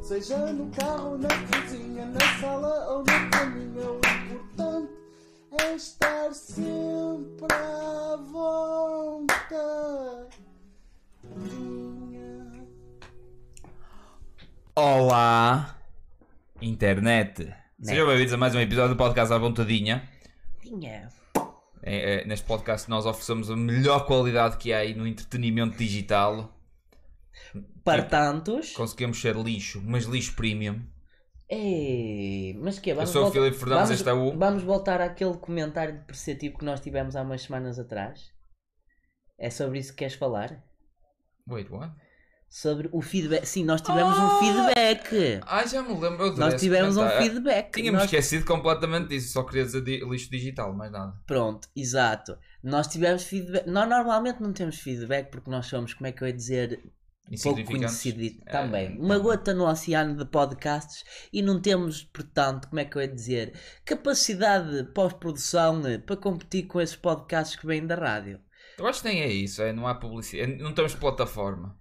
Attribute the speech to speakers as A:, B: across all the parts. A: Seja no carro, na cozinha, na sala ou no caminho, é o importante é estar sempre à vontade.
B: Olá, internet. Sejam bem-vindos a mais um episódio do podcast à Vontadinha.
C: Tinha.
B: É, é, neste podcast nós oferecemos a melhor qualidade que há aí no entretenimento digital.
C: Para tantos.
B: Conseguimos ser lixo, mas lixo premium.
C: Ei, mas que é?
B: sou o Filipe Fernandes,
C: vamos,
B: este é o-
C: Vamos voltar àquele comentário depreciativo que nós tivemos há umas semanas atrás. É sobre isso que queres falar?
B: Wait, what?
C: Sobre o feedback. Sim, nós tivemos um feedback.
B: Ah, já me lembro. eu
C: Nós
B: desse
C: tivemos um
B: Ah! comentário.
C: feedback.
B: Tínhamos
C: Nós-
B: esquecido completamente disso, só queria dizer di- lixo digital, mais nada.
C: Pronto, exato. Nós tivemos feedback. Nós normalmente não temos feedback porque nós somos, como é que eu ia dizer, pouco
B: Insignificantes.
C: conhecido e-
B: É,
C: também. Uma gota no oceano de podcasts e não temos, portanto, como é que eu ia dizer, capacidade de pós-produção eh, para competir com esses podcasts que vêm da rádio.
B: Eu acho que nem é isso, é, não há publicidade, não temos plataforma.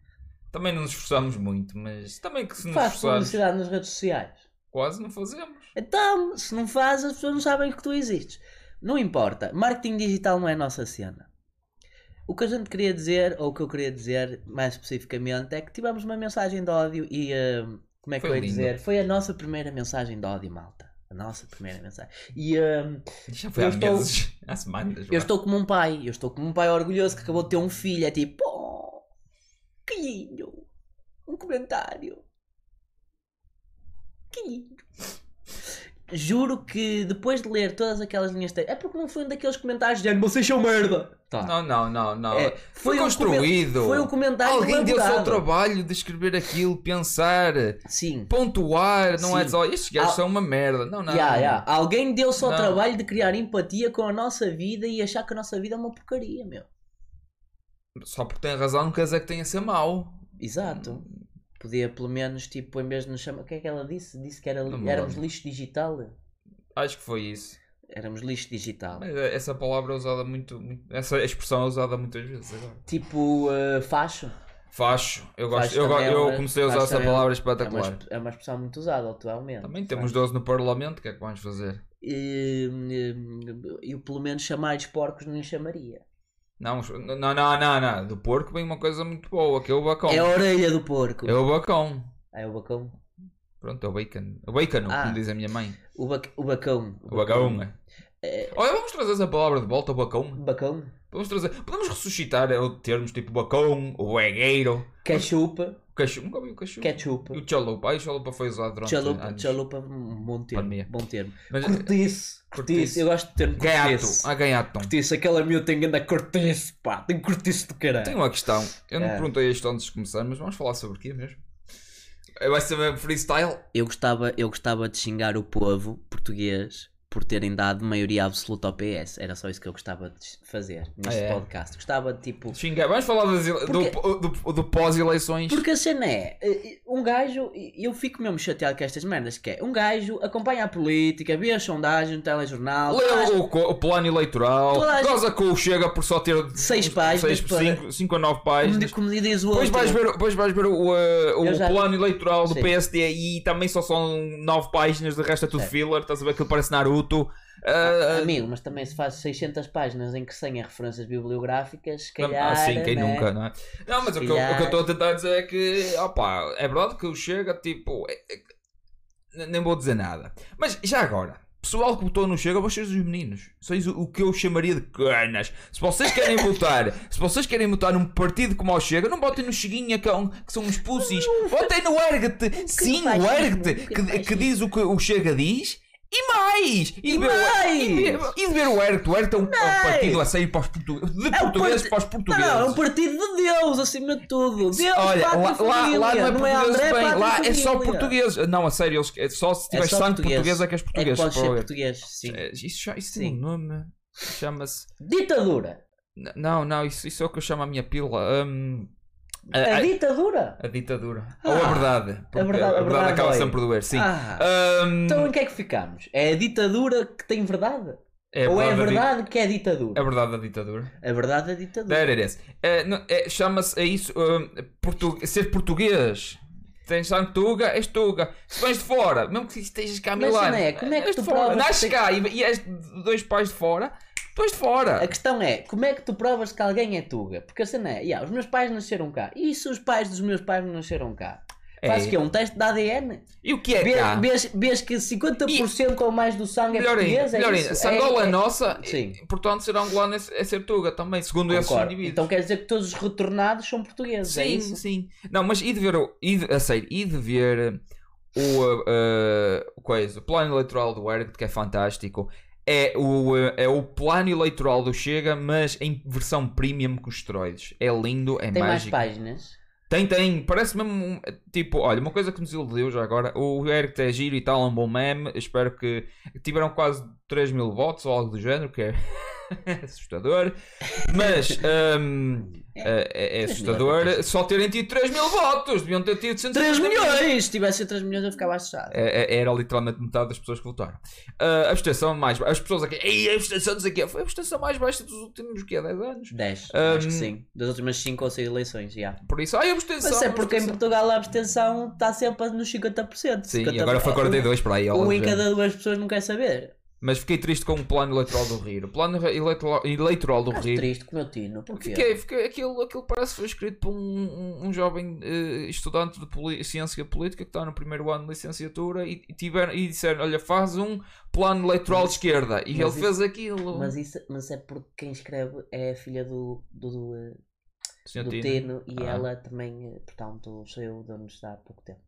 B: Também não nos esforçamos muito, mas também que se nos
C: Faz
B: esforçarmos,
C: publicidade nas redes sociais.
B: quase não fazemos.
C: Então, se não faz, as pessoas não sabem que tu existes. Não importa, marketing digital não é a nossa cena. O que a gente queria dizer, ou o que eu queria dizer mais especificamente, é que tivemos uma mensagem de ódio e. eh, como é que
B: Foi
C: eu ia
B: lindo.
C: dizer? Foi a nossa primeira mensagem de ódio, malta. A nossa primeira mensagem. E. eh,
B: Já foi
C: Eu
B: há
C: estou-
B: meses, há semanas.
C: Eu
B: vá.
C: estou como um pai, eu estou como um pai orgulhoso que acabou de ter um filho. É tipo, oh, que lindo, um comentário, que lindo. Juro que depois de ler todas aquelas linhas de texto, é porque não foi um daqueles comentários de vocês são merda. Tá.
B: Não, não, não, não.
C: É,
B: foi
C: um
B: construído.
C: comen- foi um comentário
B: Alguém deu o seu
C: elaborado.
B: trabalho de escrever aquilo, pensar,
C: Sim.
B: pontuar, não é
C: Sim.
B: só estes gajos
C: Ah.
B: são uma merda. Não, não.
C: Yeah, yeah. Alguém deu-se ao
B: Não.
C: trabalho de criar empatia com a nossa vida e achar que a nossa vida é uma porcaria, meu.
B: Só porque tem razão, não quer dizer que tenha a ser mau.
C: Exato. Podia pelo menos, tipo, em vez de nos chamar. O que é que ela disse? Disse que era,
B: Não me
C: éramos
B: lembro.
C: lixo digital.
B: Acho que foi isso.
C: Éramos lixo digital.
B: Mas é, essa palavra é usada muito, muito- Essa expressão é usada muitas vezes agora.
C: Tipo, uh, facho.
B: Facho. Eu, gosto,
C: Facho
B: eu, go-
C: também é
B: eu
C: uma-
B: comecei a usar
C: facho
B: essa
C: também é uma-
B: palavra
C: É uma,
B: espetacular.
C: exp- é uma expressão muito usada atualmente.
B: Também temos
C: facho.
B: 12 no Parlamento, o que é que vamos fazer?
C: E, hum, Eu pelo menos chamar de porcos não lhe chamaria.
B: Não, os- não, não, não, não. Do porco vem uma coisa muito boa, que é o bacon.
C: É a orelha do porco.
B: É o bacon.
C: Ah, é o bacão.
B: Pronto, é o bacon. O bacon,
C: Ah.
B: como diz a minha mãe.
C: O, bac... o bacão.
B: O é. bacon.
C: É.
B: Olha, vamos trazer essa palavra de volta, o bacon.
C: Bacão.
B: Vamos trazer. Podemos ressuscitar é, o termos tipo bacon, o vegueiro,
C: Cachupa.
B: o cachu. Nunca vi o cachu.
C: Ketchup.
B: E o chalupa. Ai, o chalupa foi usado durante
C: Chalupa.
B: anos.
C: Chalupa. um Bom termo.
B: Pandemia.
C: Bom termo.
B: Mas, eh,
C: Cortiço.
B: Cortiço.
C: Cortiço. Eu gosto de termo
B: Gaiato.
C: cortiço.
B: Ah, gaiato.
C: cortiço, aquela miúda tem grande cortiço, pá, tem cortiço de caralho.
B: Tenho uma questão. Eu não
C: É.
B: perguntei isto antes de começar, mas vamos falar sobre o quê mesmo? Eh, Vai ser mesmo freestyle?
C: Eu, gostava, eu gostava de xingar o povo português por terem dado maioria absoluta ao PS. Era só isso que eu gostava de fazer neste
B: Ah, é?
C: podcast. Gostava de tipo.
B: Xinga. Vamos falar das ele- do, do, do, do pós-eleições.
C: Porque a cena é, eh, um gajo, eu fico mesmo chateado com estas merdas, que é, um gajo acompanha a política, vê as sondagens no telejornal, faz
B: Lê o, co- o plano eleitoral,
C: Toda a gente-
B: goza com o Chega por só ter
C: Seis
B: uns-
C: páginas,
B: seis-
C: para-
B: cinco- cinco a 9
C: como,
B: páginas.
C: di- como diz o outro.
B: Depois vais, ver, depois vais ver o, uh, o
C: Eu já-
B: plano eleitoral do
C: Sim.
B: PSD e também só são 9 páginas, de resto é tudo
C: Sim.
B: filler, estás a ver que parece Naruto. Uh,
C: Amigo, mas também se faz 600 páginas em que sem referências bibliográficas, se
B: não-
C: calhar...
B: ah, sim, quem
C: né?
B: nunca, não é? Não, mas o que, eu,
C: calhar.
B: o que eu estou a tentar dizer é que, opá, é verdade que o Chega, tipo, é- é- n- nem vou dizer nada. Mas já agora, pessoal que votou no Chega, vocês os meninos, sois o, o que eu chamaria de canas. Se vocês querem votar, se vocês querem votar num partido como o Chega, não votem no Cheguinha que, é um- que são uns pussies, votem no Ergt, sim,
C: fascismo,
B: o Ergt,
C: um bocadinho
B: que, que
C: fascismo.
B: diz o que o Chega diz. E mais! E, de ver o-
C: mais!
B: e de ver- e de ver o Ergt, o Ergt é um, é um partido a sério para os portu- de
C: É um
B: portugueses
C: parti-
B: para os
C: Não,
B: portugueses.
C: não, é um partido de Deus, acima de tudo. Deus,
B: Olha,
C: pátria,
B: lá, lá,
C: família.
B: lá não é português
C: André,
B: bem,
C: pátria,
B: lá é só
C: família.
B: português. Não, a sério, eles, é só se
C: É
B: tiver
C: só
B: sangue
C: português.
B: português é que és
C: É que
B: português.
C: pode ser
B: pô.
C: português, sim.
B: É, Isso, já, isso
C: Sim.
B: tem um nome. Chama-se.
C: Ditadura.
B: N- Não, não, isso, isso é o que eu chamo a minha pílula. hum, a,
C: A
B: a-
C: É ditadura?
B: a ditadura.
C: Ah.
B: Ou a verdade. Porque a
C: verdade-
B: verdade,
C: a verdade
B: acaba
C: dói.
B: sempre por doer, sim.
C: Ah,
B: Hum,
C: então em que é que ficamos? É a ditadura que tem verdade?
B: é
C: Ou é
B: da
C: a
B: di-
C: verdade que é a
B: É
C: ditadura?
B: a verdade da ditadura.
C: A verdade é a ditadura.
B: There it is. É, não, é, Chama-se é isso. hum, portu- ser português. Tens sangue Tuga, és Tuga. Se vens de fora, mesmo que estejas cá a mil
C: Mas,
B: anos,
C: né, como é que
B: és
C: tu
B: de fora.
C: provas que
B: Nasces
C: tem-
B: cá e, e és de dois pais de fora, tu és de fora.
C: A questão é, como é que tu provas que alguém é tuga? Porque a cena é, "Ya, os meus pais nasceram cá. E se os pais dos meus pais não nasceram cá?
B: É.
C: Faz o quê? Um teste de ADN?
B: E o que é
C: Vês-
B: cá?
C: Vês, vês que 50% ou mais do sangue é
B: Melhor ainda,
C: português? É
B: melhor
C: isso?
B: ainda. Se
C: É-
B: Angola é
C: é-
B: nossa,
C: Sim.
B: e, portanto ser angolano é, é ser Tuga também, segundo esses
C: Concordo.
B: indivíduos.
C: Então quer dizer que todos os retornados são portugueses, é
B: Sim,
C: isso?
B: sim. Não, mas e de ver, o- e de, a sério, e de ver uh, o, uh, uh, o coisa, o plano eleitoral do Eric, que é fantástico. É o, uh, é o plano eleitoral do Chega, mas em versão premium com esteroides. É lindo, é
C: Tem mais
B: mágico.
C: páginas?
B: Tem, tem, parece mesmo um- tipo, olha, uma coisa que nos iludeu já agora, o Eric é giro e tal, é um bom meme, espero que tiveram quase 3 mil votos ou algo do género, que é assustador, mas hum, é, é- é
C: 3.000
B: assustador só terem tido 3 mil votos, deviam ter tido
C: 3
B: 150
C: milhões! Se tivesse 3 milhões eu ficava achado.
B: É- é- Era literalmente metade das pessoas que votaram. Ah, a abstenção mais baixa. As pessoas aqui. Ei, a abstenção não sei o quê. Foi a abstenção mais baixa dos últimos quê, 10 anos.
C: 10,
B: Hum.
C: acho que sim. Das últimas 5 ou 6 eleições, já.
B: Por isso, ai, a abstenção.
C: Mas é porque em
B: abstenção.
C: Portugal a abstenção está sempre nos 50%.
B: Sim,
C: 50%.
B: e é. agora foi 42 para aí.
C: Um,
B: algo do
C: em
B: género.
C: cada duas pessoas não quer
B: É
C: saber.
B: Mas fiquei triste com o plano eleitoral do Rir. O plano re- eleitoral, eleitoral do
C: Acho
B: Rir.
C: Ah, triste como eu tino. Porquê?
B: Fiquei, fiquei, aquilo, aquilo parece que foi escrito por um, um- um jovem eh, estudante de poli- ciência política que está no primeiro ano de licenciatura e, e tiveram, e disseram: Olha, faz um plano eleitoral de esquerda. E
C: mas
B: ele
C: isso-
B: fez aquilo.
C: Mas, isso, mas é porque quem escreve é a filha do, do, do, eh,
B: Senhor
C: do
B: Tino.
C: Tino e
B: Ah.
C: ela também, eh, portanto, saiu de onde está há pouco tempo.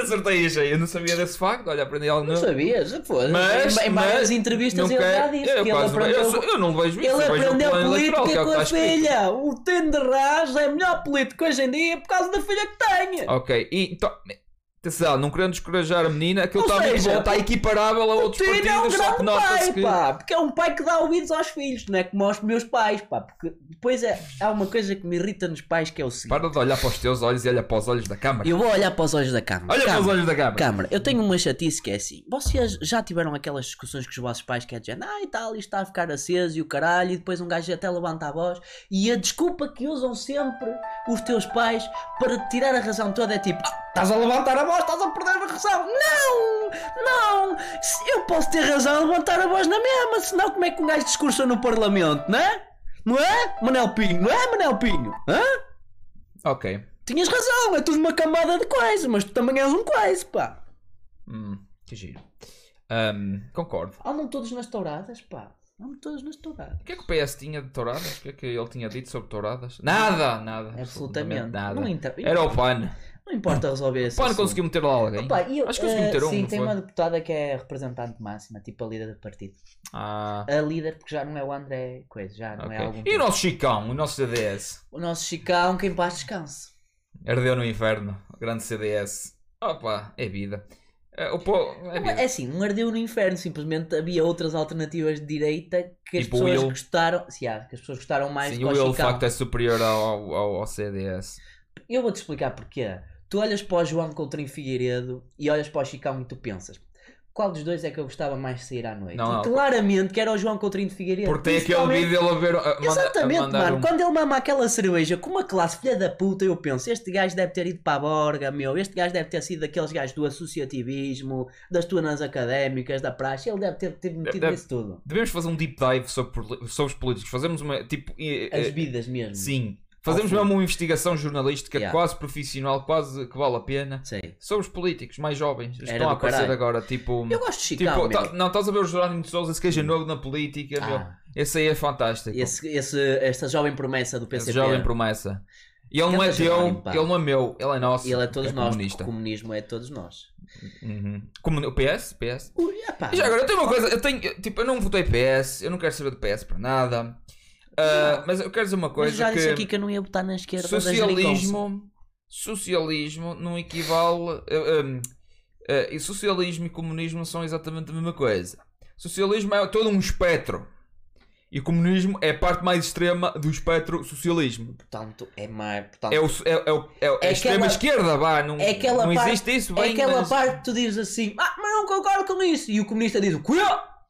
B: Acertei, achei. Eu não sabia desse facto. Olha, aprendi algo
C: Não
B: novo.
C: sabias? Pô,
B: Mas-
C: em, em várias
B: mas-
C: entrevistas
B: Não
C: ele já
B: quero-
C: disse
B: eu,
C: que ele
B: quase- eu
C: aprendeu.
B: sou- eu não vejo isso.
C: Ele
B: eu vejo o
C: aprendeu
B: plano eleitoral, que é
C: política
B: o que
C: com a
B: está escrito.
C: filha. O Tino de Rás é o melhor político hoje em dia por causa da filha que tem.
B: Ok, e então. Atenção, não querendo descorajar a menina, aquilo
C: Ou
B: está muito
C: seja,
B: bom, está equiparável a outros
C: Tino é um
B: partidos, só que
C: grande
B: nota-se
C: pai,
B: que.
C: pá, porque é um pai que dá ouvidos aos filhos, não é como aos meus pais, pá, porque depois é, há uma coisa que me irrita nos pais que é o seguinte,
B: Para de olhar para os teus olhos e olha para os olhos da câmara.
C: eu vou olhar para os olhos da câmara,
B: Olha para os
C: Câmara,
B: olhos da câmara.
C: câmara, eu tenho uma chatice que é assim, vocês já tiveram aquelas discussões com os vossos pais que é de género, ah e tal, isto está a ficar aceso e o caralho, e depois um gajo até levanta a voz, e a desculpa que usam sempre os teus pais para te tirar a razão toda é tipo, "Ah, estás a levantar a voz, estás a perder a razão, não, não, se eu posso ter razão a levantar a voz na mesma, senão como é que um gajo discursa no parlamento, não é? Não é, Manel Pinho, não é, Manel Pinho, hã?
B: Ok.
C: Tinhas razão, é tudo uma camada de coisa, mas tu também és um coisa, pá.
B: Hum, que giro. Ahm, concordo.
C: Andam todos nas touradas, pá. Andam todos nas touradas.
B: O que é que o PS tinha de touradas? O que é que ele tinha dito sobre touradas? Nada, nada.
C: Absolutamente.
B: nada.
C: Não, inter...
B: Era o PAN.
C: não importa resolver esse
B: O PAN
C: assunto.
B: conseguiu meter lá alguém.
C: Opa, e eu,
B: Acho que conseguiu
C: eh,
B: meter um.
C: Sim,
B: não
C: tem
B: foi?
C: uma deputada que é representante máxima, tipo a líder do partido.
B: Ah,
C: A líder, porque já não é o André Coisa, já não é
B: ok.
C: algum.
B: E o
C: tipo.
B: nosso Chicão, o nosso CDS?
C: O nosso Chicão, que em paz descanse.
B: Ardeu no inferno. Grande CDS. Opa, é vida. É, o povo. É vida.
C: É assim, não ardeu no inferno, simplesmente havia outras alternativas de direita que as
B: Tipo o
C: pessoas
B: Will.
C: gostaram. Se há, que as pessoas gostaram mais
B: Sim,
C: que
B: o
C: ao
B: Will de
C: Chicão.
B: facto é superior ao, ao, ao CDS.
C: Eu vou-te explicar porquê. Tu olhas para o João Coutinho Figueiredo e olhas para o Chicão e tu pensas qual dos dois é que eu gostava mais de sair à noite?
B: Não,
C: e
B: não.
C: claramente que era o João Coutinho de Figueiredo.
B: Porque tem aquele
C: Principalmente-
B: vídeo ele a ver. a- a manda- a
C: Exatamente,
B: mandar
C: mano.
B: um-
C: Quando ele mama aquela cerveja com uma classe filha da puta, eu penso: este gajo deve ter ido para a borga, meu. Este gajo deve ter sido daqueles gajos do associativismo, das turnas académicas, da praxe. Ele deve ter, ter metido
B: deve-
C: nisso tudo.
B: Devemos fazer um deep dive sobre, poli- sobre os políticos. Fazemos uma. Tipo. eh,
C: As
B: eh,
C: vidas mesmo.
B: sim. Fazemos
C: fundo.
B: mesmo uma investigação jornalística
C: Yeah.
B: quase profissional, quase que vale a pena.
C: Sei.
B: Sobre os políticos mais jovens. Eles
C: Era
B: estão a
C: do caralho.
B: aparecer agora, tipo.
C: Eu gosto de Chicão.
B: Tipo,
C: meu. Hum.
B: tá- não, estás a ver o Jerónimo de Souza, esse que é novo na política. meu.
C: Ah,
B: Esse aí é fantástico.
C: esse, esse- esta jovem promessa do
B: Esse
C: PCP.
B: jovem promessa. E ele não é
C: é. Canta
B: teu,
C: Jerónimo, pá.
B: ele não é meu, ele é nosso.
C: E ele é todos nós, porque
B: comunista.
C: o comunismo é todos nós. ah
B: Uhum. Comuni- O PS? PS?
C: Ui, epá,
B: E já agora, eu tenho uma coisa, eu tenho, eu, tipo, eu não votei PS, eu não quero saber do PS para nada. Ah, mas eu quero dizer uma
C: mas eu
B: coisa
C: já disse
B: que
C: aqui que eu não ia botar na esquerda da geringonça.
B: socialismo, socialismo não equivale. eh, um, eh, e socialismo e comunismo são exatamente a mesma coisa. Socialismo é todo um espectro. E o comunismo é a parte mais extrema do espectro socialismo.
C: Portanto, é má. Portanto,
B: É, o, é, é, o- é, o- é
C: É
B: a extrema
C: aquela-
B: esquerda, vá. Não,
C: é aquela
B: não
C: parte-
B: existe isso.
C: é
B: Bem,
C: aquela
B: mas-
C: parte que tu dizes assim, ah, mas não concordo com isso. E o comunista diz o quê?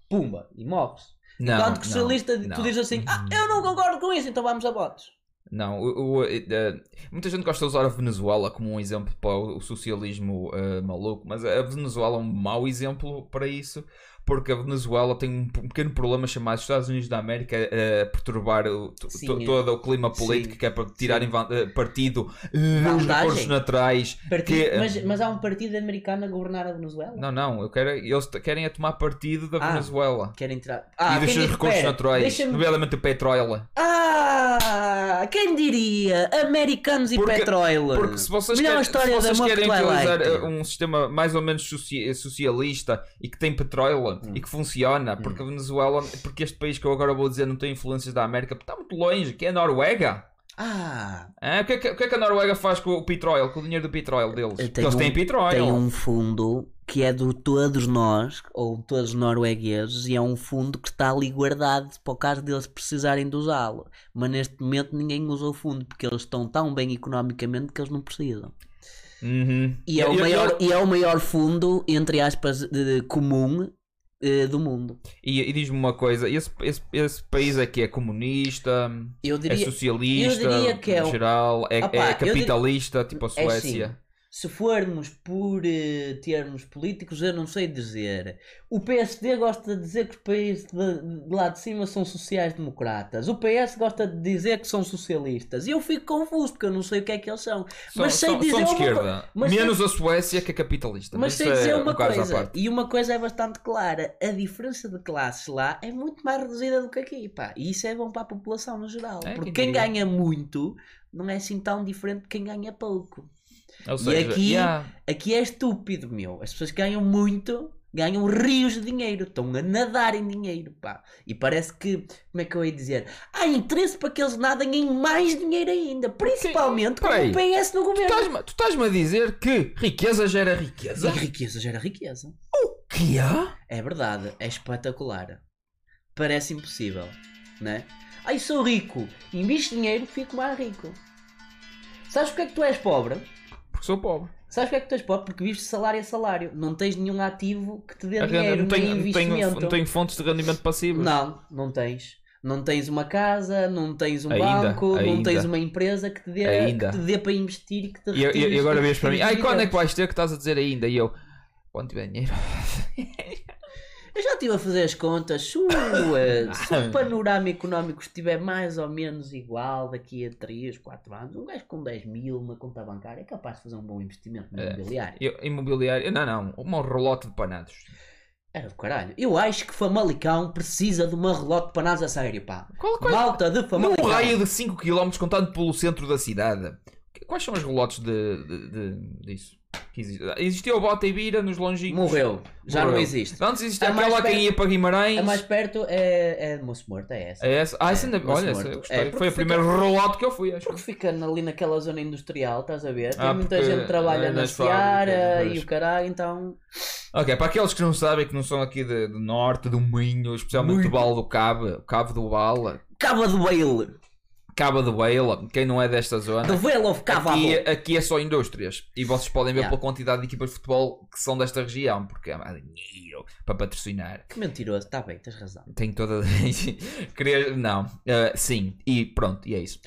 C: Pumba, e morres.
B: Não,
C: Tanto que o
B: não,
C: socialista
B: não.
C: tu dizes assim, ah, eu não concordo com isso, então vamos a votos.
B: Não, o- o- eh, muita gente gosta de usar a Venezuela como um exemplo para o socialismo eh, maluco, mas a Venezuela é um mau exemplo para isso, porque a Venezuela tem um p- um pequeno problema chamado Estados Unidos da América eh, perturbar o, to-
C: Sim,
B: to-
C: é.
B: todo o clima político
C: Sim,
B: que é para tirarem van- eh, partido eh, dos
C: Vantagem.
B: recursos naturais.
C: Partido-
B: que- eh,
C: mas, mas há um partido americano a governar a Venezuela?
B: Não, não, eu quero, eles t- querem é tomar partido da
C: Ah.
B: Venezuela.
C: Querem tirar. Ah,
B: e dos
C: quem
B: seus
C: diz-
B: recursos
C: espera,
B: naturais,
C: deixa-me-
B: nomeadamente o petróleo.
C: Ah, quem diria? Americanos
B: Porque-
C: e petróleo.
B: Porque se vocês,
C: Melhor
B: querem, se
C: história
B: vocês
C: da
B: querem utilizar
C: Twilight.
B: uh, um sistema mais ou menos soci- socialista e que tem petróleo
C: Hum.
B: e que funciona, porque a Venezuela, porque este país que eu agora vou dizer não tem influências da América, porque está muito longe, que é a Noruega.
C: Ah,
B: Hã? o, que é que, o que é que a Noruega faz com o petróleo, com o dinheiro do petróleo deles?
C: Tem
B: Porque eles
C: um-
B: têm petróleo.
C: tem um fundo que é de todos nós, ou todos noruegueses, e é um fundo que está ali guardado para o caso deles precisarem de usá-lo. Mas neste momento ninguém usa o fundo porque eles estão tão bem economicamente que eles não precisam.
B: Uhum.
C: E é
B: Eu-
C: o
B: eu-
C: maior,
B: eu-
C: e é o maior fundo, entre aspas, eh, comum eh, do mundo.
B: E, e diz-me uma coisa: esse, esse- esse país aqui é comunista,
C: Eu
B: é
C: diria,
B: socialista,
C: eu diria que é
B: no
C: um-
B: geral, é,
C: Opa,
B: é
C: eu diria-
B: capitalista, tipo a
C: É assim,
B: Suécia.
C: se formos por eh, termos políticos, eu não sei dizer. O PSD gosta de dizer que os países de, de lá de cima são sociais-democratas. O PS gosta de dizer que são socialistas. E eu fico confuso porque eu não sei o que é que eles são.
B: São,
C: Mas sei
B: são-
C: dizer
B: são de
C: uma co-
B: esquerda.
C: mas sei-
B: Menos a Suécia que é capitalista.
C: Mas
B: isso
C: sei dizer
B: é
C: uma
B: um caso à
C: coisa,
B: parte.
C: e uma coisa é bastante clara: a diferença de classes lá é muito mais reduzida do que aqui. Pá. E isso é bom para a população no geral.
B: É,
C: porque
B: quem
C: quem
B: diria?
C: ganha muito não é assim tão diferente de quem ganha pouco.
B: Ou seja,
C: aqui-
B: yeah,
C: Aqui é estúpido, meu. As pessoas ganham muito, ganham rios de dinheiro, estão a nadar em dinheiro, pá. E parece que, como é que eu ia dizer? Há interesse para que eles nadem em mais dinheiro ainda, principalmente com
B: peraí.
C: o PS no
B: tu
C: governo.
B: estás-me- tu estás-me a dizer que riqueza gera riqueza?
C: E riqueza gera riqueza.
B: O que é?
C: É verdade, é espetacular. Parece impossível, né? Ai, sou rico, invisto dinheiro, fico mais rico. Sabes porque é que tu és pobre?
B: Porque sou pobre.
C: Sabes porque é que tu és pobre? Porque vives de salário a salário. Não tens nenhum ativo que te dê
B: A renda-
C: dinheiro,
B: não, tenho,
C: nem
B: não, tenho,
C: investimento.
B: não tenho fontes de rendimento passivo.
C: Não, não tens. Não tens uma casa, não tens um
B: Ainda,
C: banco, não
B: ainda.
C: tens uma empresa que te dê,
B: Ainda.
C: que te dê para investir e que te
B: E, eu- e-
C: retires-
B: e agora vês para mim, ai,
C: retires
B: quando é que
C: dividendos."
B: vais ter que estás a dizer ainda? E eu, quando tiver dinheiro.
C: Eu já estive a fazer as contas. Se o, eh, se o panorama económico estiver mais ou menos igual daqui a 3, 4 anos, um gajo com 10 mil, uma conta bancária, é capaz de fazer um bom investimento no
B: É.
C: imobiliário.
B: Eu, imobiliário, não, não, um relote de panados.
C: Era do É caralho. Eu acho que Famalicão precisa de uma relote para nada a sério, pá.
B: Qual, qual,
C: Malta de
B: num
C: Famalicão.
B: raio de 5 km contando pelo centro da cidade. que- Quais são os relotes de, de, de- disso? Que exi- Existiu a Bota e Vira nos longínquos.
C: Morreu. Já
B: Morreu.
C: não existe.
B: Antes existia
C: A mais
B: aquela quem
C: perto-
B: ia para Guimarães.
C: A mais perto é, é de Moço Morto, é essa.
B: É essa. Ah, essa
C: É,
B: ainda.
C: Moço
B: Olha, essa,
C: Morto.
B: eu gostei.
C: É, porque
B: Foi o
C: fica-
B: primeiro relote que eu fui, acho.
C: Porque fica na- ali naquela zona industrial, estás a ver? Tem
B: Ah,
C: muita
B: porque
C: gente que trabalha
B: é
C: na
B: nas
C: Seara
B: fábricas,
C: e
B: pois.
C: o caralho, então.
B: Ok, para aqueles que não sabem, que não são aqui de- do norte, do Minho, especialmente do
C: Muito.
B: Bal do Cabo, o Cabo do Bal,
C: Cava do Baile!
B: Cabo do Baila, quem não é desta zona.
C: The Vale of Cavalo!
B: Aqui, aqui é só indústrias e vocês podem ver
C: Yeah.
B: pela quantidade de equipas de futebol que são desta região, porque há dinheiro para patrocinar.
C: Que mentiroso, está bem, tens razão.
B: Tenho toda. Queria... Não, Ah, sim, e pronto, e é isso.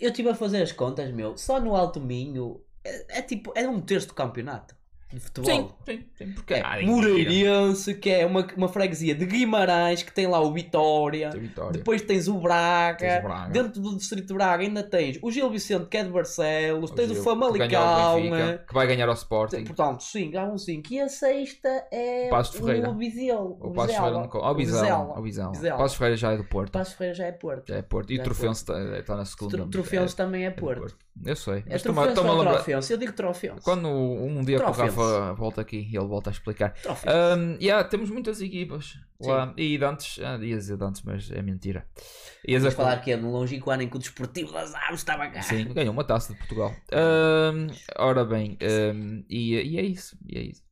C: Eu estive a fazer as contas, meu, só no Alto Minho é, é tipo, é um terço do campeonato de futebol.
B: Sim, sim, sim, porque há
C: É
B: dinheiro.
C: Moreirense, que é uma, uma freguesia de Guimarães, que tem lá o Vitória,
B: Tem Vitória.
C: depois tens o Braga,
B: Tens o Braga.
C: É. dentro do Distrito de Braga ainda tens o Gil Vicente, que é de Barcelos, tens
B: Gil,
C: o
B: que ganhou o
C: Famalicão,
B: Benfica,
C: eh,
B: que vai ganhar ao Sporting.
C: Portanto, 5, há um 5. E a sexta é
B: O Paço de Ferreira.
C: o Viseu.
B: O Passo Ferreira não co- Ó,
C: O
B: Bizela.
C: Vizela.
B: Ó, Bizela.
C: Bizela.
B: Passo Ferreira já é do
C: O
B: Porto.
C: Paço de Ferreira já é Porto.
B: Já é Porto. E o
C: Já é
B: Trofense está tá na segunda.
C: Tro-
B: mas
C: Trofense também é
B: é do
C: Porto.
B: Eu sei.
C: É
B: Mas estou-me a-
C: Trofense
B: estou-me a
C: ou
B: lembrar.
C: Trofense? Eu digo Trofense.
B: Quando um dia que o
C: Trofense.
B: Rafa volta aqui e ele volta a explicar.
C: Trofense.
B: Um, yeah, temos muitas equipas lá. E Dantes. Ah, ia dizer Dantes, mas é mentira. Ias
C: Vamos
B: a-
C: falar que é no longínquo ano em que o Desportivo das Aves estava cá.
B: Sim, ganhou uma taça de Portugal. Um, ora bem, um, e, e é isso. E é isso.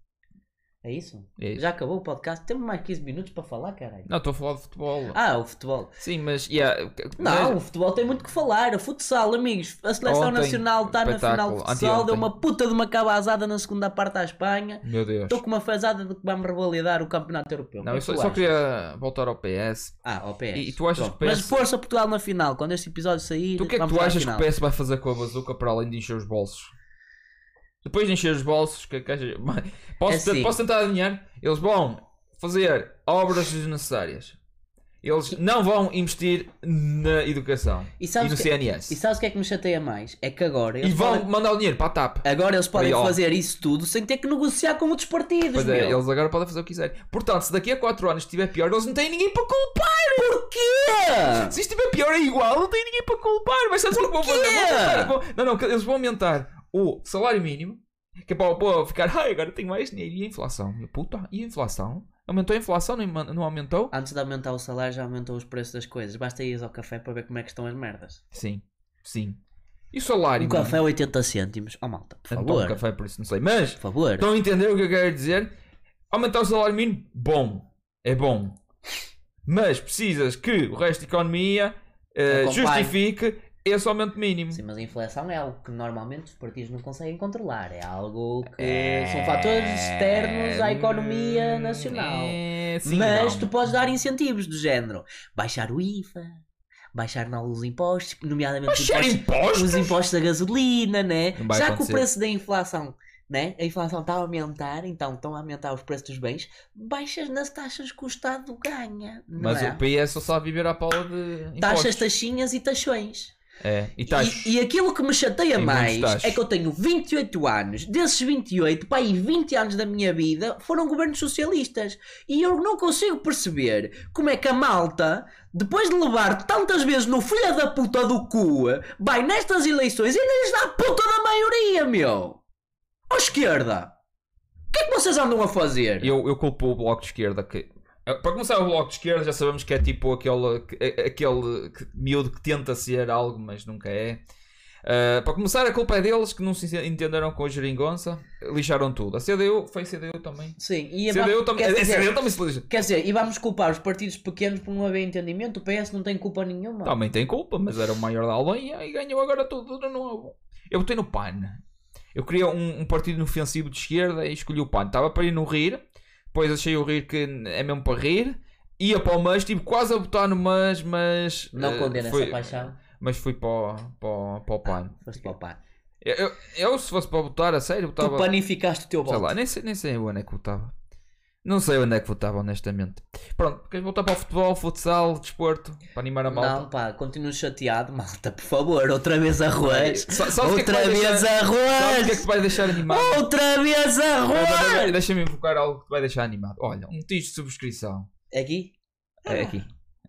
C: É isso?
B: É isso.
C: Já acabou o podcast? Temos mais 15 minutos para falar, caralho.
B: Não, estou a falar de futebol.
C: Ah, o futebol.
B: Sim, mas. Yeah, é
C: Não, o futebol tem muito que falar. O futsal, amigos. A seleção
B: Ontem,
C: nacional está na final de
B: espetáculo.
C: futsal.
B: Anteontem.
C: Deu uma puta de uma cabazada na segunda parte à Espanha.
B: Meu Deus.
C: Estou com uma fazada de que vamos revalidar o campeonato europeu. O
B: Não,
C: que
B: eu só,
C: tu
B: só
C: achas?
B: queria voltar ao PS.
C: Ah, ao PS.
B: E- e tu achas
C: Pronto.
B: que o PS
C: Mas força Portugal na final. Quando este episódio sair,
B: Tu o que é que
C: vamos
B: tu
C: à
B: achas que
C: final.
B: o PS vai fazer com a bazuca para além de encher os bolsos? Depois de encher os bolsos, que, é que achas- posso,
C: É assim. E
B: e,
C: sabes
B: no
C: que-
B: CNS.
C: E
B: E,
C: sabes o que é que me chateia mais? É que agora eles,
B: vão
C: podem,
B: mandar o dinheiro para a TAP.
C: agora eles podem
B: Aí, ó.
C: fazer isso tudo sem ter que negociar com outros partidos.
B: Pois é,
C: meu.
B: eles agora podem fazer o que quiserem. Portanto, se daqui a 4 anos estiver pior, eles não têm ninguém para culpar.
C: Ah!
B: Se estiver pior é igual, não tem ninguém para culpar. Mas sabes o que vão fazer? Vão aumentar- vão- Não, não, que eles vão aumentar o salário mínimo, que é para o povo ficar, ai, agora tenho mais dinheiro. E a inflação? Meu Puta, e a inflação? Aumentou a inflação? Não, não aumentou?
C: Antes de aumentar o salário, já aumentou os preços das coisas. Basta ir ao café para ver como é que estão as merdas.
B: Sim, sim. E o salário?
C: Um
B: mano?
C: café 80 cêntimos. Oh malta, por
B: Então, um
C: favor.
B: café Então- por isso, não sei. Mas,
C: Por favor.
B: estão a entender o que eu quero dizer? Aumentar o salário mínimo? Bom. É bom. Mas precisas que o resto da economia eh,
C: Acompanhe.
B: justifique esse aumento mínimo.
C: Sim, mas a inflação é algo que normalmente os partidos não conseguem controlar. É algo que
B: É,
C: são fatores externos à economia
B: hum,
C: nacional.
B: é, sim,
C: mas
B: não.
C: tu podes dar incentivos do género. Baixar o IFA, baixar novos impostos, nomeadamente os
B: Baixar
C: impostos,
B: impostos?
C: os impostos da gasolina, né?
B: Não vai
C: Já que
B: acontecer.
C: o preço da inflação, né? A inflação está a aumentar, então estão a aumentar os preços dos bens, baixas nas taxas que o Estado ganha. Não
B: Mas
C: é?
B: o PS só sabe viver à pala de
C: Taxas,
B: impostos.
C: taxinhas e taxões.
B: É, e
C: E-
B: taxas.
C: E, aquilo que me chateia
B: Tem
C: mais
B: muitos tachos.
C: é que eu tenho 28 anos. Desses 28, pá, e 20 anos da minha vida foram governos socialistas. E eu não consigo perceber como é que a malta, depois de levar tantas vezes no filho da puta do cu, vai nestas eleições e ainda lhes dá a puta da maioria, meu. Ó esquerda. O que é que vocês andam a fazer?
B: Eu, eu culpo o Bloco de Esquerda que... É, Para começar, o Bloco de Esquerda já sabemos que é tipo aquele, que- a- aquele que- miúdo que tenta ser algo, mas nunca é. Ah, para começar, a culpa é deles que não se entenderam com a geringonça, lixaram tudo. A CDU foi CDU também.
C: Sim, e a
B: CDU, tam...
C: quer
B: a
C: dizer-
B: CDU também é, se lixa.
C: Quer dizer, e vamos culpar os partidos pequenos por não haver entendimento? O PS não tem culpa nenhuma.
B: Também tem culpa, mas era o maior da aldeia e ganhou agora tudo de novo. Eu botei no PAN. Eu queria um, um partido inofensivo de esquerda e escolhi o PAN. Estava para ir no RIR, depois achei o RIR que é mesmo para rir. Ia para o MAS, estive quase a botar no MAS, mas.
C: Não
B: eh,
C: condena
B: foi-
C: essa paixão.
B: Mas fui para, o- para, o- para o PAN.
C: Foste para o pá.
B: Eu, eu- eu, se fosse para votar, a sério,
C: Tu
B: votava.
C: panificaste o é teu
B: Sei
C: voto.
B: lá, nem sei, nem sei onde é que votava. Não sei onde é que votava, honestamente. Pronto, queres voltar para o futebol, futsal, desporto, para animar a malta?
C: Não, pá, continuo chateado, malta, por favor, outra vez arroz.
B: Sa- sabes o que é que
C: Outra
B: vai
C: vez
B: deixar- Sabe o que é que
C: arroz!
B: te vai deixar animado?
C: Outra vez
B: Pera, pera,
C: arroz!
B: pera, Deixa-me invocar algo que te vai deixar animado. Olha, um tijo de subscrição.
C: Aqui?
B: É aqui.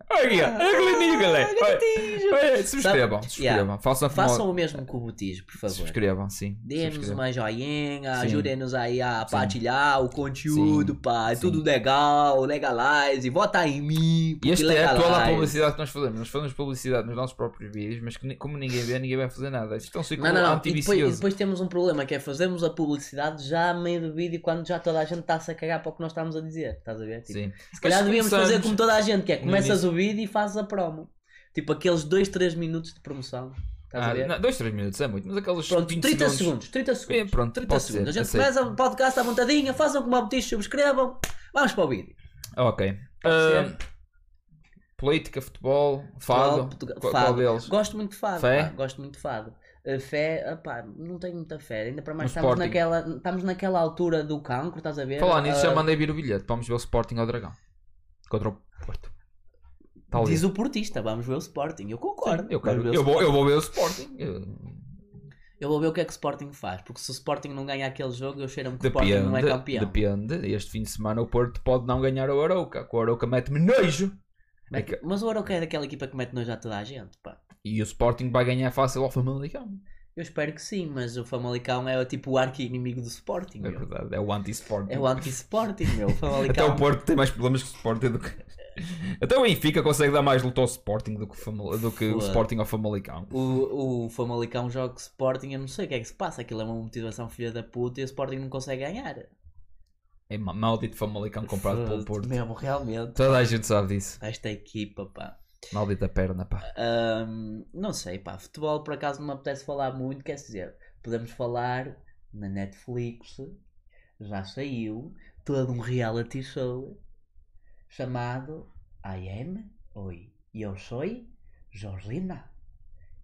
B: Aqui,
C: Ah.
B: ó. É Gleninho, galera. Vai, vai, Subscrevam,
C: Sabe-
B: subscrevam. Façam como-
C: Façam o mesmo com o Botijo, por favor.
B: Subscrevam, sim.
C: Dê-nos
B: subscrevam.
C: uma joinha,
B: Sim.
C: ajudem-nos aí a
B: Sim.
C: partilhar o conteúdo,
B: Sim.
C: pá. É
B: Sim.
C: tudo legal, legalize, vota em mim.
B: E
C: porque
B: esta é a
C: legalize.
B: toda a publicidade que nós fazemos. Nós fazemos publicidade nos nossos próprios vídeos, mas que ni- como ninguém vê, ninguém vai fazer nada. Isto é um ciclo
C: Não, não, não. E depois, e
B: antivicioso.
C: depois temos um problema que é fazermos a publicidade já a meio do vídeo quando já toda a gente está-se a cagar para o que nós estamos a dizer. Estás a ver? Tipo,
B: Sim.
C: Se calhar
B: Mas
C: devíamos fazer
B: começamos-
C: como toda a gente, que é
B: No
C: começas o vídeo e fazes a promo. Tipo aqueles 2, 3 minutos de promoção. Estás a
B: Ah,
C: ver?
B: não, dois, três minutos é muito, mas aqueles
C: Pronto,
B: 20
C: 30 segundos.
B: segundos.
C: 30
B: Bem,
C: segundos.
B: pronto,
C: 30
B: pode
C: segundos.
B: ser,
C: a gente
B: aceito.
C: começa o podcast à vontadinha, façam como a Botijo, subscrevam. Vamos para o vídeo.
B: Ok.
C: Pode
B: Ah, política, futebol, fado.
C: Portugal-
B: Qual,
C: fado.
B: qual deles?
C: Gosto muito de fado.
B: Fé?
C: pá, gosto muito de fado. Uh, Fé, opá, não tenho muita fé. Ainda para mais
B: No
C: estamos
B: Sporting.
C: naquela, estamos naquela altura do cancro, estás a ver?
B: Falar nisso, já
C: Ah,
B: mandei vir o bilhete. Vamos ver o Sporting ao Dragão. Contra o Porto. Talvez.
C: Diz o portista, vamos ver o Sporting. Eu concordo.
B: Sim, eu,
C: Vamos ver
B: quero,
C: o
B: eu, vou, eu vou ver o Sporting. Eu-
C: Eu vou ver o que é que o Sporting faz, porque se o Sporting não ganhar aquele jogo, eu cheiro-me que o Sporting
B: Depende,
C: não é campeão.
B: depende. Este fim de semana o Porto pode não ganhar o Arauca. que O Arauca mete-me nojo.
C: Mas, mas o Arauca é daquela equipa que mete nojo a toda a gente, pá.
B: E o Sporting vai ganhar fácil ao Famalicão.
C: Eu espero que sim, mas o Famalicão é tipo o arqui-inimigo do Sporting,
B: É
C: meu.
B: verdade, é o anti-Sporting.
C: É o anti-Sporting, meu. O
B: Até
C: Famalicão.
B: o Porto tem mais problemas que o Sporting do que. Até o Benfica consegue dar mais luta ao Sporting do que, o Fama- do que o
C: Foda.
B: Sporting ao Famalicão.
C: O, o Famalicão joga Sporting, eu não sei o que é que se passa. Aquilo é uma motivação filha da puta e o Sporting não consegue ganhar.
B: É ma- maldito Famalicão comprado pelo
C: Foda-se
B: Porto.
C: Mesmo, realmente.
B: Toda a gente sabe disso.
C: Esta equipa, pá.
B: Maldita perna, pá.
C: Ahm, não sei, pá. Futebol por acaso não me apetece falar muito, quer dizer, podemos falar na Netflix, já saiu todo um reality show chamado I Am Oi. Eu sou Georgina.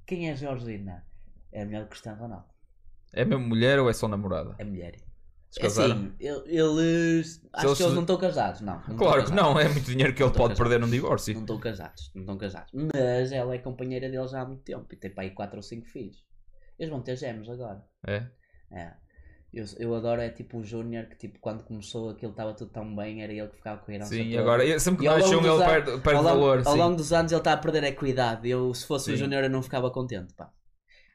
C: Quem é Georgina? É a mulher do Cristiano Ronaldo.
B: É mesmo mulher ou é só namorada?
C: É mulher.
B: Se
C: É
B: casaram?
C: assim, eu- eles. Acho
B: eles
C: que eles
B: se-
C: não estão casados, não.
B: Claro
C: não estão
B: que
C: casados.
B: não, é muito dinheiro que ele
C: Não
B: pode
C: estão
B: perder num
C: Não
B: divórcio.
C: estão casados, não estão casados. Mas ela é companheira deles já há muito tempo e tem para aí 4 ou 5 filhos. Eles vão ter gêmeos agora.
B: É?
C: É. Eu, eu adoro é tipo o Júnior que tipo quando começou aquilo estava tudo tão bem, era ele que ficava com a herança.
B: Sim, e
C: toda.
B: agora eu- sempre que
C: E ao
B: nasce um
C: longo
B: ele
C: dos anos-
B: perde, perde
C: ao longo,
B: valor.
C: ao
B: sim.
C: longo dos anos ele está a perder equidade. Eu, se fosse o
B: Sim.
C: Júnior, eu não ficava contente, pá.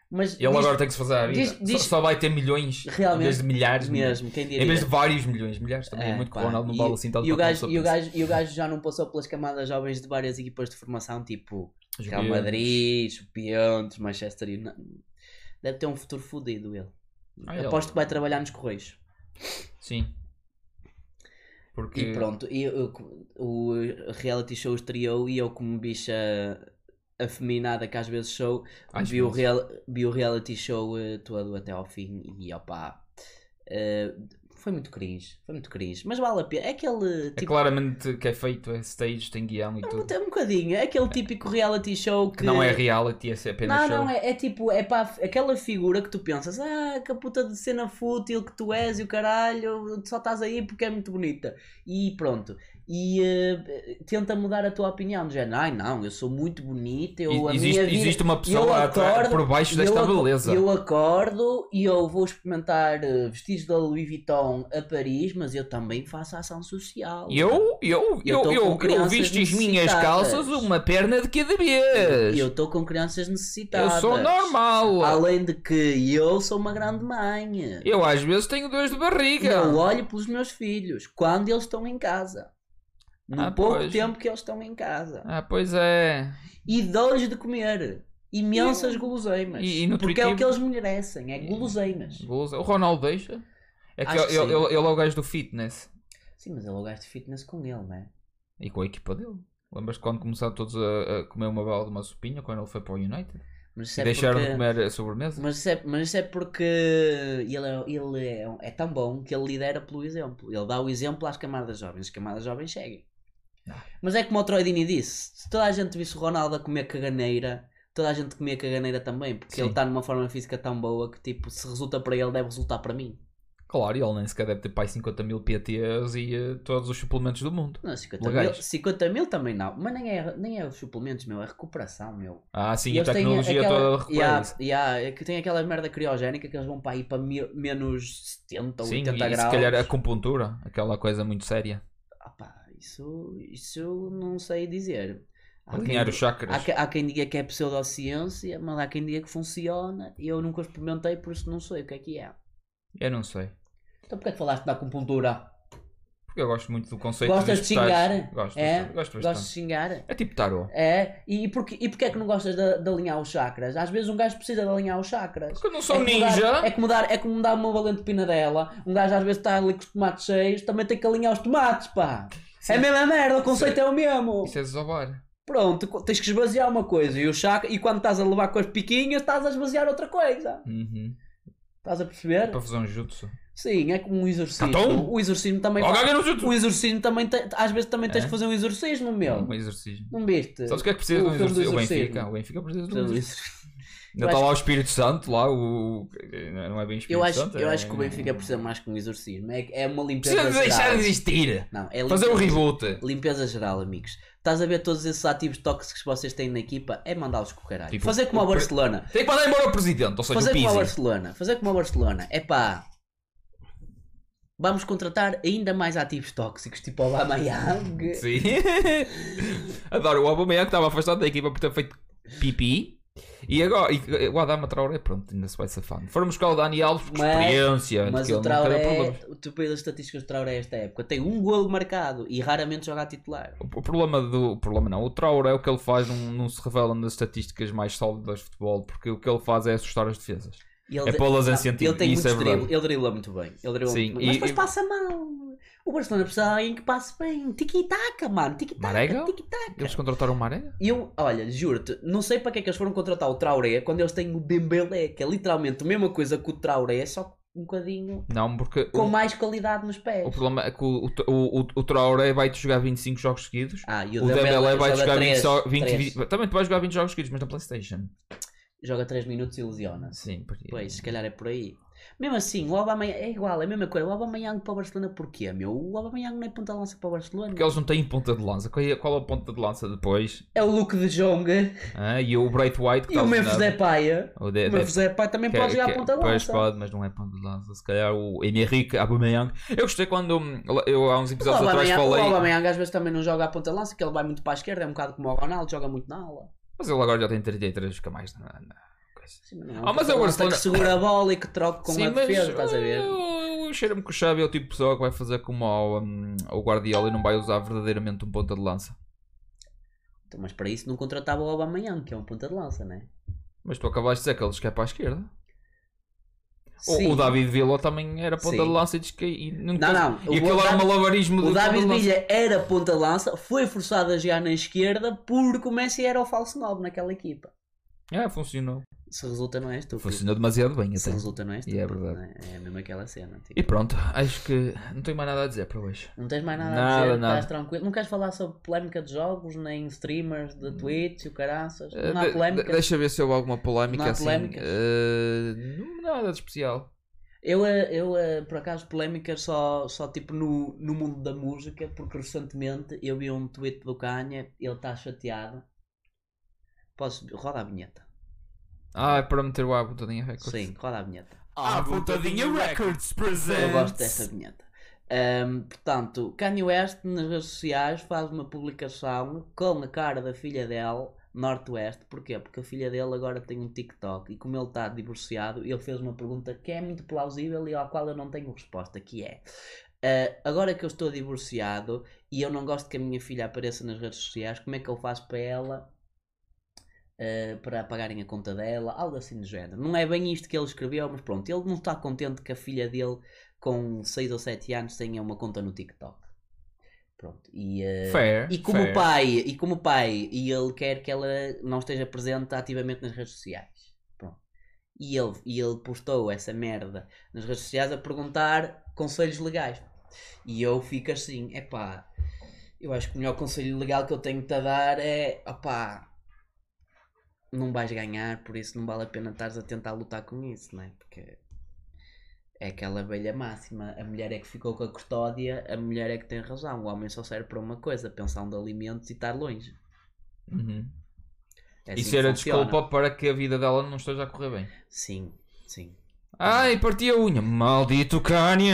C: Mas
B: Ele
C: diz-
B: agora tem que se fazer à vida.
C: diz-
B: Só-
C: diz-
B: só, vai ter milhões em vez
C: Realmente,
B: de milhares. milhões.
C: mesmo, quem diria?
B: Em vez de vários milhões, milhares também. É,
C: É,
B: muito que o
C: pá,
B: Ronaldo não
C: e-
B: vale assim tanto
C: e o,
B: quanto
C: gajo,
B: uma
C: e, o
B: pessoa
C: gajo, e o gajo já não passou pelas camadas jovens de várias equipas de formação, tipo
B: pensa. Os
C: Real
B: miúdos.
C: Madrid, Jupiantes, Manchester United. Deve ter um futuro fodido ele.
B: Ah, ele- é,
C: Aposto que vai trabalhar nos Correios.
B: Sim. Porque.
C: E pronto, e eu- o reality show estreou e eu, como bicha afeminada que às vezes sou,
B: Às
C: vi, o
B: vezes.
C: real, vi o reality show eh, todo até ao fim e opá. eh, foi muito cringe, foi muito cringe, mas vale a pena. É aquele
B: É
C: tipo
B: claramente que é feito, é stage, tem guião e
C: Um,
B: tudo.
C: bocad- um bocadinho, é aquele típico reality show que.
B: Que não é reality, é apenas
C: Não,
B: show.
C: não, é, é tipo, é pá, aquela figura que tu pensas, ah, que puta de cena fútil que tu és e o caralho, só estás aí porque é muito bonita. E pronto. E eh, tenta mudar a tua opinião, do género, ai não, eu sou muito bonita, eu a
B: E-
C: minha
B: Existe,
C: vida.
B: existe uma pessoa lá atrás,
C: acordo-
B: por baixo
C: e
B: desta
C: eu, ac-
B: beleza.
C: Eu acordo e eu vou experimentar eh, vestidos da Louis Vuitton a Paris, mas eu também faço ação social.
B: Eu, eu,
C: Eu
B: eu,
C: tô
B: eu,
C: com
B: eu,
C: crianças
B: visto as minhas
C: necessitadas.
B: calças uma perna de cada vez.
C: E eu estou com crianças
B: Eu
C: necessitadas.
B: sou normal.
C: Além de que eu sou uma grande mãe.
B: Eu às vezes tenho dois de barriga.
C: Eu olho pelos meus filhos quando eles estão em casa. No
B: Ah,
C: pouco
B: pois.
C: tempo que eles estão em casa.
B: Ah, pois é.
C: E dou-lhes de comer imensas guloseimas.
B: E- e
C: porque é o
B: nutritivo.
C: que eles merecem, é guloseimas.
B: Gulosa. O Ronaldo deixa. É que
C: Acho que
B: ele,
C: sim.
B: ele, ele é o gajo do fitness.
C: Sim, mas ele é o gajo de fitness com ele, não é?
B: E com a equipa dele. Lembras-te quando começaram todos a, a comer uma bala de uma sopinha quando ele foi para o United?
C: Mas isso
B: E
C: é
B: deixaram
C: porque...
B: de comer a sobremesa?
C: Mas isso, é, mas isso é porque ele, é, ele é, é tão bom que ele lidera pelo exemplo. Ele dá o exemplo às camadas jovens. As camadas jovens seguem. Mas é como o Troy Dini disse: se toda a gente visse o Ronaldo a comer caganeira, toda a gente comia caganeira também. Porque
B: Sim.
C: ele está numa forma física tão boa que, tipo, se resulta para ele, deve resultar para mim.
B: Claro, ele nem sequer deve ter pai 50 mil PTs e eh, todos os suplementos do mundo.
C: Não, 50 mil,
B: Legais.
C: 50 mil também não. Mas nem é, nem é os suplementos, meu. É recuperação, meu.
B: Ah, sim,
C: E
B: a
C: eles têm
B: tecnologia
C: aquela-
B: toda recupera
C: Yeah,
B: isso.
C: yeah, é que tem aquela merda criogénica que eles vão para aí para mi- menos 70 ou
B: Sim,
C: 80
B: e
C: graus.
B: se calhar a acupuntura, aquela coisa muito séria.
C: Ah pá, isso, isso eu não sei dizer. Há quem,
B: Alinhar os
C: diga, há,
B: chakras.
C: que- há quem diga que é pseudociência, mas há quem diga que funciona. e Eu nunca experimentei, por isso não sei o que é que é.
B: Eu não sei.
C: Então porquê é que falaste da acupuntura?
B: Porque eu gosto muito do conceito
C: Gostas de
B: estares-
C: xingar?
B: Gosto,
C: É?
B: gosto, gosto bastante.
C: Gostas de xingar?
B: É tipo tarô.
C: É? E, e, porquê, e porquê é que não gostas de, de alinhar os chakras? Às vezes um gajo precisa de alinhar os chakras.
B: Porque eu não sou
C: é como
B: ninja.
C: Dar, é, como dar, é como dar uma valente pinadela. Um gajo às vezes está ali com os tomates cheios, também tem que alinhar os tomates, pá.
B: Isso
C: É a
B: é-
C: mesma merda, o conceito
B: é-
C: é o mesmo.
B: Isso é desovar.
C: Pronto, co- tens que esvaziar uma coisa e o chakra, e quando estás a levar com as piquinhas, estás a esvaziar outra coisa.
B: Uhum.
C: Estás a perceber?
B: Para fazer um jutsu.
C: Sim, é como um exorcismo.
B: Então?
C: O exorcismo também
B: Oh,
C: faz-
B: ganha no jutsu!
C: O exorcismo também te- às vezes também tens
B: É?
C: de fazer um exorcismo, meu.
B: Um exorcismo.
C: Não viste?
B: Sabes o que é que precisa
C: o
B: de um
C: filme do
B: exorcismo? O
C: exorcismo.
B: Benfica. O Benfica precisa de um
C: Fazer um
B: exorcismo.
C: exorcismo.
B: Ainda
C: Eu
B: está
C: acho-
B: lá o Espírito Santo, lá o. Não é bem Espírito
C: Eu acho,
B: Santo.
C: eu
B: é-
C: acho que o Benfica precisa mais que um exorcismo. É, é uma limpeza
B: Precisa de deixar
C: geral.
B: de existir.
C: Não, é
B: Fazer um
C: limpeza-
B: reboot.
C: Limpeza geral, amigos. Estás a ver todos esses ativos tóxicos que vocês têm na equipa? É mandá-los com o caralho.
B: Tipo,
C: fazer como
B: o
C: a
B: pre-
C: Barcelona.
B: Tem que mandar embora o presidente, ou seja,
C: fazer
B: o
C: como a
B: Pizzi.
C: Barcelona, fazer como a Barcelona, é pá. Vamos contratar ainda mais ativos tóxicos, tipo o Aubameyang.
B: Sim. Adoro o Aubameyang que estava afastado da equipa por ter feito pipi. E agora, e o Adama Traoré, pronto, ainda se vai safando. Foram buscar o Dani Alves por
C: Mas-
B: experiência.
C: Mas
B: é que ele nunca
C: o
B: deu
C: Traoré,
B: problemas.
C: tu vês as estatísticas do Traoré esta época, tem um golo marcado e raramente joga a titular.
B: O o problema do. O problema não. O Traoré, o que ele faz, não, não se revela nas estatísticas mais sólidas de futebol, porque o que ele faz é assustar as defesas.
C: E ele
B: É
C: de-
B: pô-las em
C: Não,
B: sentido.
C: Ele tem
B: Isso
C: muitos
B: é verdade.
C: dribles, ele dribla muito bem. Ele dribla
B: Sim, e-
C: muito bem. Mas depois
B: e-
C: passa mal. O Barcelona precisa de alguém que passe bem. Tiki-taka, mano. Tiki-taka,
B: Marega?
C: tiki-taka.
B: Eles contrataram o Maré?
C: E Eu, olha, juro-te, não sei para que é que eles foram contratar o Traoré quando eles têm o Dembélé, que é literalmente a mesma coisa que o Traoré, só que um bocadinho
B: Não, porque
C: com
B: o,
C: mais qualidade nos pés.
B: o problema é que o, o, o, o Traoré vai-te jogar 25 jogos seguidos.
C: Ah, e
B: O Dembélé vai
C: joga
B: jogar 20,
C: três-
B: só- 20,
C: três.
B: 20 Também tu vais jogar 20 jogos seguidos, mas na Playstation.
C: Joga 3 minutos e ilusiona-se.
B: Sim, porque-
C: Pois, se calhar é por aí. Mesmo assim, o Aubameyang é igual, é a mesma coisa. O Aubameyang para o Barcelona porquê, meu? O Aubameyang não é ponta de lança para o Barcelona.
B: Porque eles não têm ponta de lança. Qual é, qual é a ponta de lança depois?
C: É o Luke de Jong
B: Ah, e o Bright White que
C: e
B: tá
C: o Memphis
B: lesionado.
C: Depay.
B: O de, de-
C: O Memphis Depay também
B: É, que- é,
C: pode jogar
B: que-
C: ponta de
B: Pois
C: lança.
B: pode, mas não é ponta de lança. Se calhar o Henrique Aubameyang. Eu gostei quando hum, eu há uns
C: O
B: episódios atrás
C: Aubameyang, o
B: falei.
C: Aubameyang às vezes também não joga à ponta de lança, que ele vai muito para a esquerda, é um bocado como o Ronaldo, joga muito na aula.
B: Mas ele agora já tem 33, fica mais na, na coisa.
C: Sim, não é um
B: Ah, mas
C: ponta
B: é o
C: de lança
B: Barcelona-
C: que segura a bola e que troca com a
B: mas
C: defesa, estás a ver?
B: Eu, eu cheiro-me que o Xavi é o tipo de pessoa que vai fazer como ao, hum, ao Guardiola e não vai usar verdadeiramente um ponta de lança.
C: Então, mas para isso não contratava o Aubameyang, que é um ponta de lança, não é?
B: Mas tu acabaste de dizer que ele escapa à esquerda.
C: Sim.
B: O, o David Villa também era ponta
C: Sim.
B: de lança e diz que. E, nunca-
C: Não, não.
B: e
C: o
B: aquilo era um
C: Davi-
B: malabarismo
C: O
B: de
C: David
B: ponta de lança.
C: Villa era ponta de lança, foi forçado a jogar na esquerda porque o Messi era o falso 9 naquela equipa.
B: É, funcionou.
C: Se resulta, não é estúpido.
B: Funcionou demasiado bem
C: Se
B: até.
C: resulta, não
B: E
C: é
B: é
C: estúpido.
B: verdade.
C: não é? É mesmo aquela cena. tipo.
B: E pronto, acho que não tenho mais nada a dizer para hoje.
C: Não tens mais nada, a
B: Nada,
C: dizer,
B: nada.
C: estás tranquilo. Não queres falar sobre polémica de jogos, nem streamers de Twitch e o caraças? Não há
B: Hum. Eh, de-
C: polémica.
B: de- deixa ver se houve alguma polémica
C: Não há
B: assim.
C: polémicas?
B: eh, não- nada de especial.
C: Eu, eh, eu, eh, por acaso, polémica só, só tipo no, no mundo da música, porque recentemente eu vi um tweet do Kanye, ele está chateado. Posso. Roda a vinheta.
B: Ah, é para meter o Abu Tadinha Records.
C: Sim, roda a vinheta.
B: A Vontadinha Records
C: é, Eu gosto
B: presents.
C: dessa vinheta. Ahm, portanto, Kanye West nas redes sociais faz uma publicação com a cara da filha dele, Northwest. Porquê? Porque a filha dele agora tem um TikTok e como ele está divorciado, ele fez uma pergunta que é muito plausível e à qual eu não tenho resposta, que é... ah, agora que eu estou divorciado e eu não gosto que a minha filha apareça nas redes sociais, como é que eu faço para ela eh, para pagarem a conta dela, algo assim do género. Não é bem isto que ele escreveu, mas pronto, ele não está contente que a filha dele, com 6 ou 7 anos, tenha uma conta no TikTok. Pronto, e, eh,
B: Fair.
C: e como
B: fair.
C: pai, e como pai, e ele quer que ela não esteja presente ativamente nas redes sociais. Pronto. E ele, e ele postou essa merda nas redes sociais a perguntar conselhos legais. E eu fico assim, epá, eu acho que o melhor conselho legal que eu tenho-te a dar é, opá, não vais ganhar, por isso não vale a pena estares a tentar lutar com isso, não é? Porque é aquela velha máxima. A mulher é que ficou com a custódia, a mulher é que tem razão. O homem só serve para uma coisa, pensão de alimentos e estar longe.
B: Uhum.
C: É assim
B: Isso
C: que
B: era
C: funciona.
B: desculpa para que a vida dela não esteja a correr bem.
C: Sim, sim.
B: Ai, parti a unha. Maldito Kanye.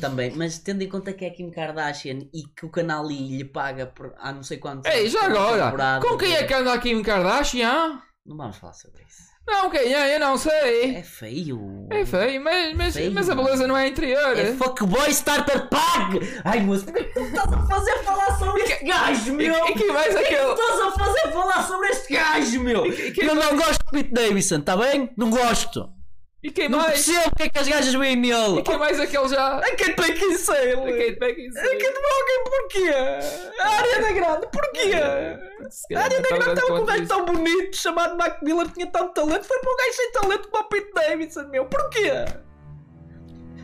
C: Também, mas tendo em conta que é Kim Kardashian e que o canal I lhe paga por há não sei quantos
B: Ei,
C: anos
B: já
C: por uma
B: agora.
C: temporada
B: Com quem é que anda aqui em Kardashian?
C: Não vamos falar sobre isso.
B: Não, quem é? Eu não sei.
C: É feio.
B: É feio, mas, mas,
C: Feio,
B: mas a
C: mano.
B: beleza não é interior.
C: É fuckboy starter pack! Ai, moço, por que tu estás a fazer falar sobre este gajo,
B: E,
C: meu?
B: e quem mais é que eu...
C: Estás a fazer falar sobre este gajo, meu! Eu não gosto de Pete Davidson, tá bem? Não gosto!
B: E quem
C: Não
B: mais?
C: percebo porque é que as gajas veem nele!
B: E quem mais é que ele já... é
C: A Kate Beckinsale!
B: A Kate Beckinsale.
C: A Kate Morgan, porquê? A Ariana Grande, porquê?
B: Se
C: A
B: calhar
C: Ariana
B: não
C: Grande
B: tão
C: estava com um
B: quanto
C: gajo
B: Então, isso.
C: tão bonito, chamado Mac Miller, tinha tanto talento, foi para um gajo sem talento como o Pete Davidson, meu, porquê?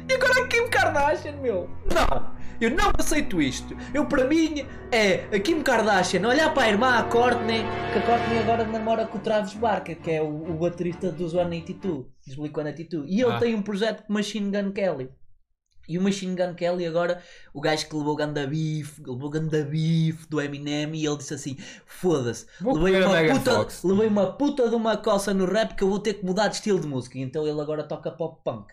C: E agora a Kim Kardashian, meu? Não! Eu não aceito isto. Eu, para mim, é a Kim Kardashian olhar para a irmã, a Courtney, que a Courtney agora namora com o Travis Barker, que é o, o baterista dos One 82, dos Blink 182. E ele
B: Ah.
C: tem um projeto com Machine Gun Kelly. E o Machine Gun Kelly agora, o gajo que levou o ganda beef, levou o ganda beef do Eminem e ele disse assim, foda-se,
B: Vou
C: tá? levei
B: comer a Megan
C: uma,
B: Fox."
C: puta, levei uma puta de uma coça no rap que eu vou ter que mudar de estilo de música. E Então ele agora toca pop punk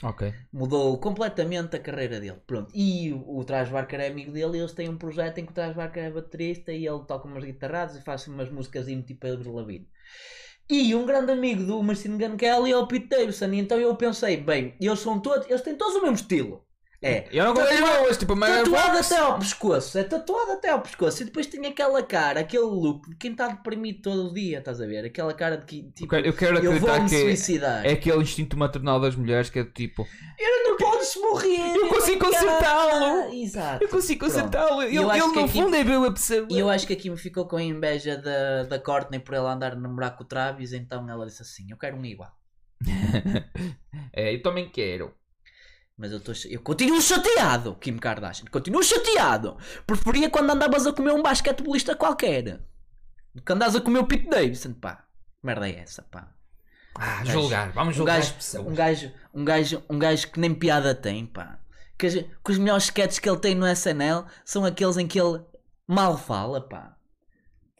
B: Ok.
C: mudou completamente a carreira dele. Pronto. E o, o Travis Barker é amigo dele e eles têm um projeto em que o Travis Barker é baterista e ele toca umas guitarradas e faz umas músicas em tipo Pedro Lavigne. E um grande amigo do Machine Gun Kelly é o Pete Davidson. E então eu pensei, bem, eles são todos, eles têm todos o mesmo estilo. É.
B: Eu não comprei
C: Tatuado-
B: bolas, tipo, mas
C: Tatuado
B: Fox.
C: até ao pescoço, é tatuado até ao pescoço. E depois tem aquela cara, aquele look de quem está deprimido todo o dia, estás a ver? Aquela cara de que tipo,
B: Eu quero
C: eu vou
B: acreditar
C: me
B: que
C: suicidar.
B: é aquele instinto maternal das mulheres que é do tipo,
C: Eu não podes morrer!
B: Eu consigo
C: cara.
B: consertá-lo.
C: Exato.
B: eu consigo
C: Pronto.
B: consertá-lo. Ele,
C: Eu
B: ele
C: acho que
B: no
C: aqui-
B: fundo é boa pessoa.
C: E eu acho que aqui me ficou com a inveja da, da Courtney por ela andar a namorar com o Travis, então ela disse assim: Eu quero um igual.
B: É, eu também quero.
C: Mas eu, tô, cha- eu continuo chateado, Kim Kardashian. Continuo chateado. Preferia quando andavas a comer um basquetebolista qualquer. Do que andas a comer o Pete Davidson, pá. Que Merda é essa, pá.
B: Ah,
C: gajo-
B: julgar, vamos
C: Um
B: julgar as
C: gajo,
B: pessoas.
C: um, gajo, um, gajo, um gajo que nem piada tem, pá. Que, as- que os melhores sketches que ele tem no SNL são aqueles em que ele mal fala, pá.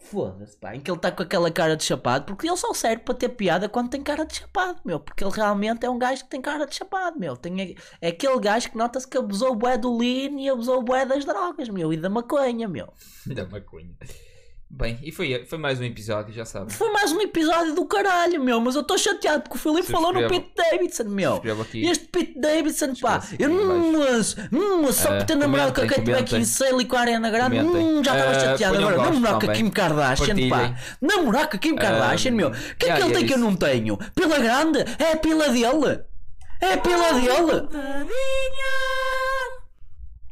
C: Foda-se, pá. Em que ele está com aquela cara de chapado, porque ele só serve para ter piada quando tem cara de chapado, meu. Porque ele realmente é um gajo que tem cara de chapado, meu. Tem, a- é aquele gajo que nota-se que abusou o bué do lean e abusou o bué das drogas, meu. E da maconha, meu.
B: Da maconha. é Bem, e foi, foi mais um episódio, já sabem.
C: Foi mais um episódio do caralho, meu. Mas eu estou chateado porque o Filipe falou no
B: Subscreva.
C: Pete Davidson, meu.
B: Escrevo aqui.
C: Este Pete Davidson, pá,
B: Esquece, é
C: eu
B: vai.
C: não mas, hum, mas só
B: Ah,
C: por ter namorado com tipo a
B: comentem,
C: Kate Beckinsale e com a Ariana Grande,
B: Comentem.
C: hum, já estava
B: Ah,
C: chateado.
B: ponham
C: Agora,
B: gosto
C: namorar com a
B: também.
C: Kim Kardashian,
B: Partilhem. Ah,
C: pá, namorar com a Kim Kardashian, meu, o que é
B: já,
C: que ele
B: já
C: tem que eu
B: disse.
C: não tenho? Pila grande? É a pila dele, é a pila dele.